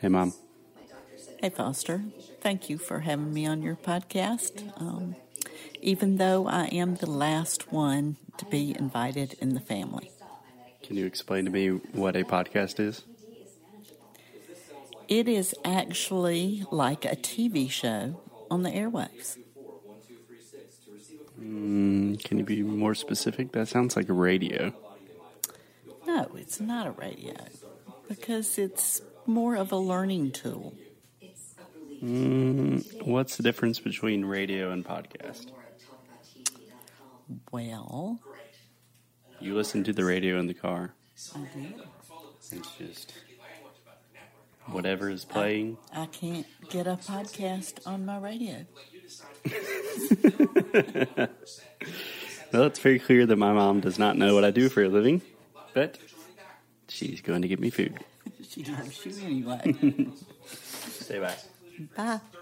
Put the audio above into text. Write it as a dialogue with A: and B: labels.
A: Hey, Mom.
B: Hey, Foster. Thank you for having me on your podcast. Um, even though I am the last one to be invited in the family,
A: Can you explain to me what a podcast is?
B: it is actually like a TV show on the airwaves.
A: Mm, can you be more specific? That sounds like radio.
B: No, it's not a radio because it's more of a learning tool.
A: Mm, what's the difference between radio and podcast?
B: Well,
A: You listen to the radio in the car.
B: I, did.
A: It's just whatever is playing.
B: I can't get a podcast on my radio.
A: Well, it's very clear that my mom does not know what I do for a living, but she's going to get me food.
B: She loves you anyway.
A: Stay back.
B: Bye.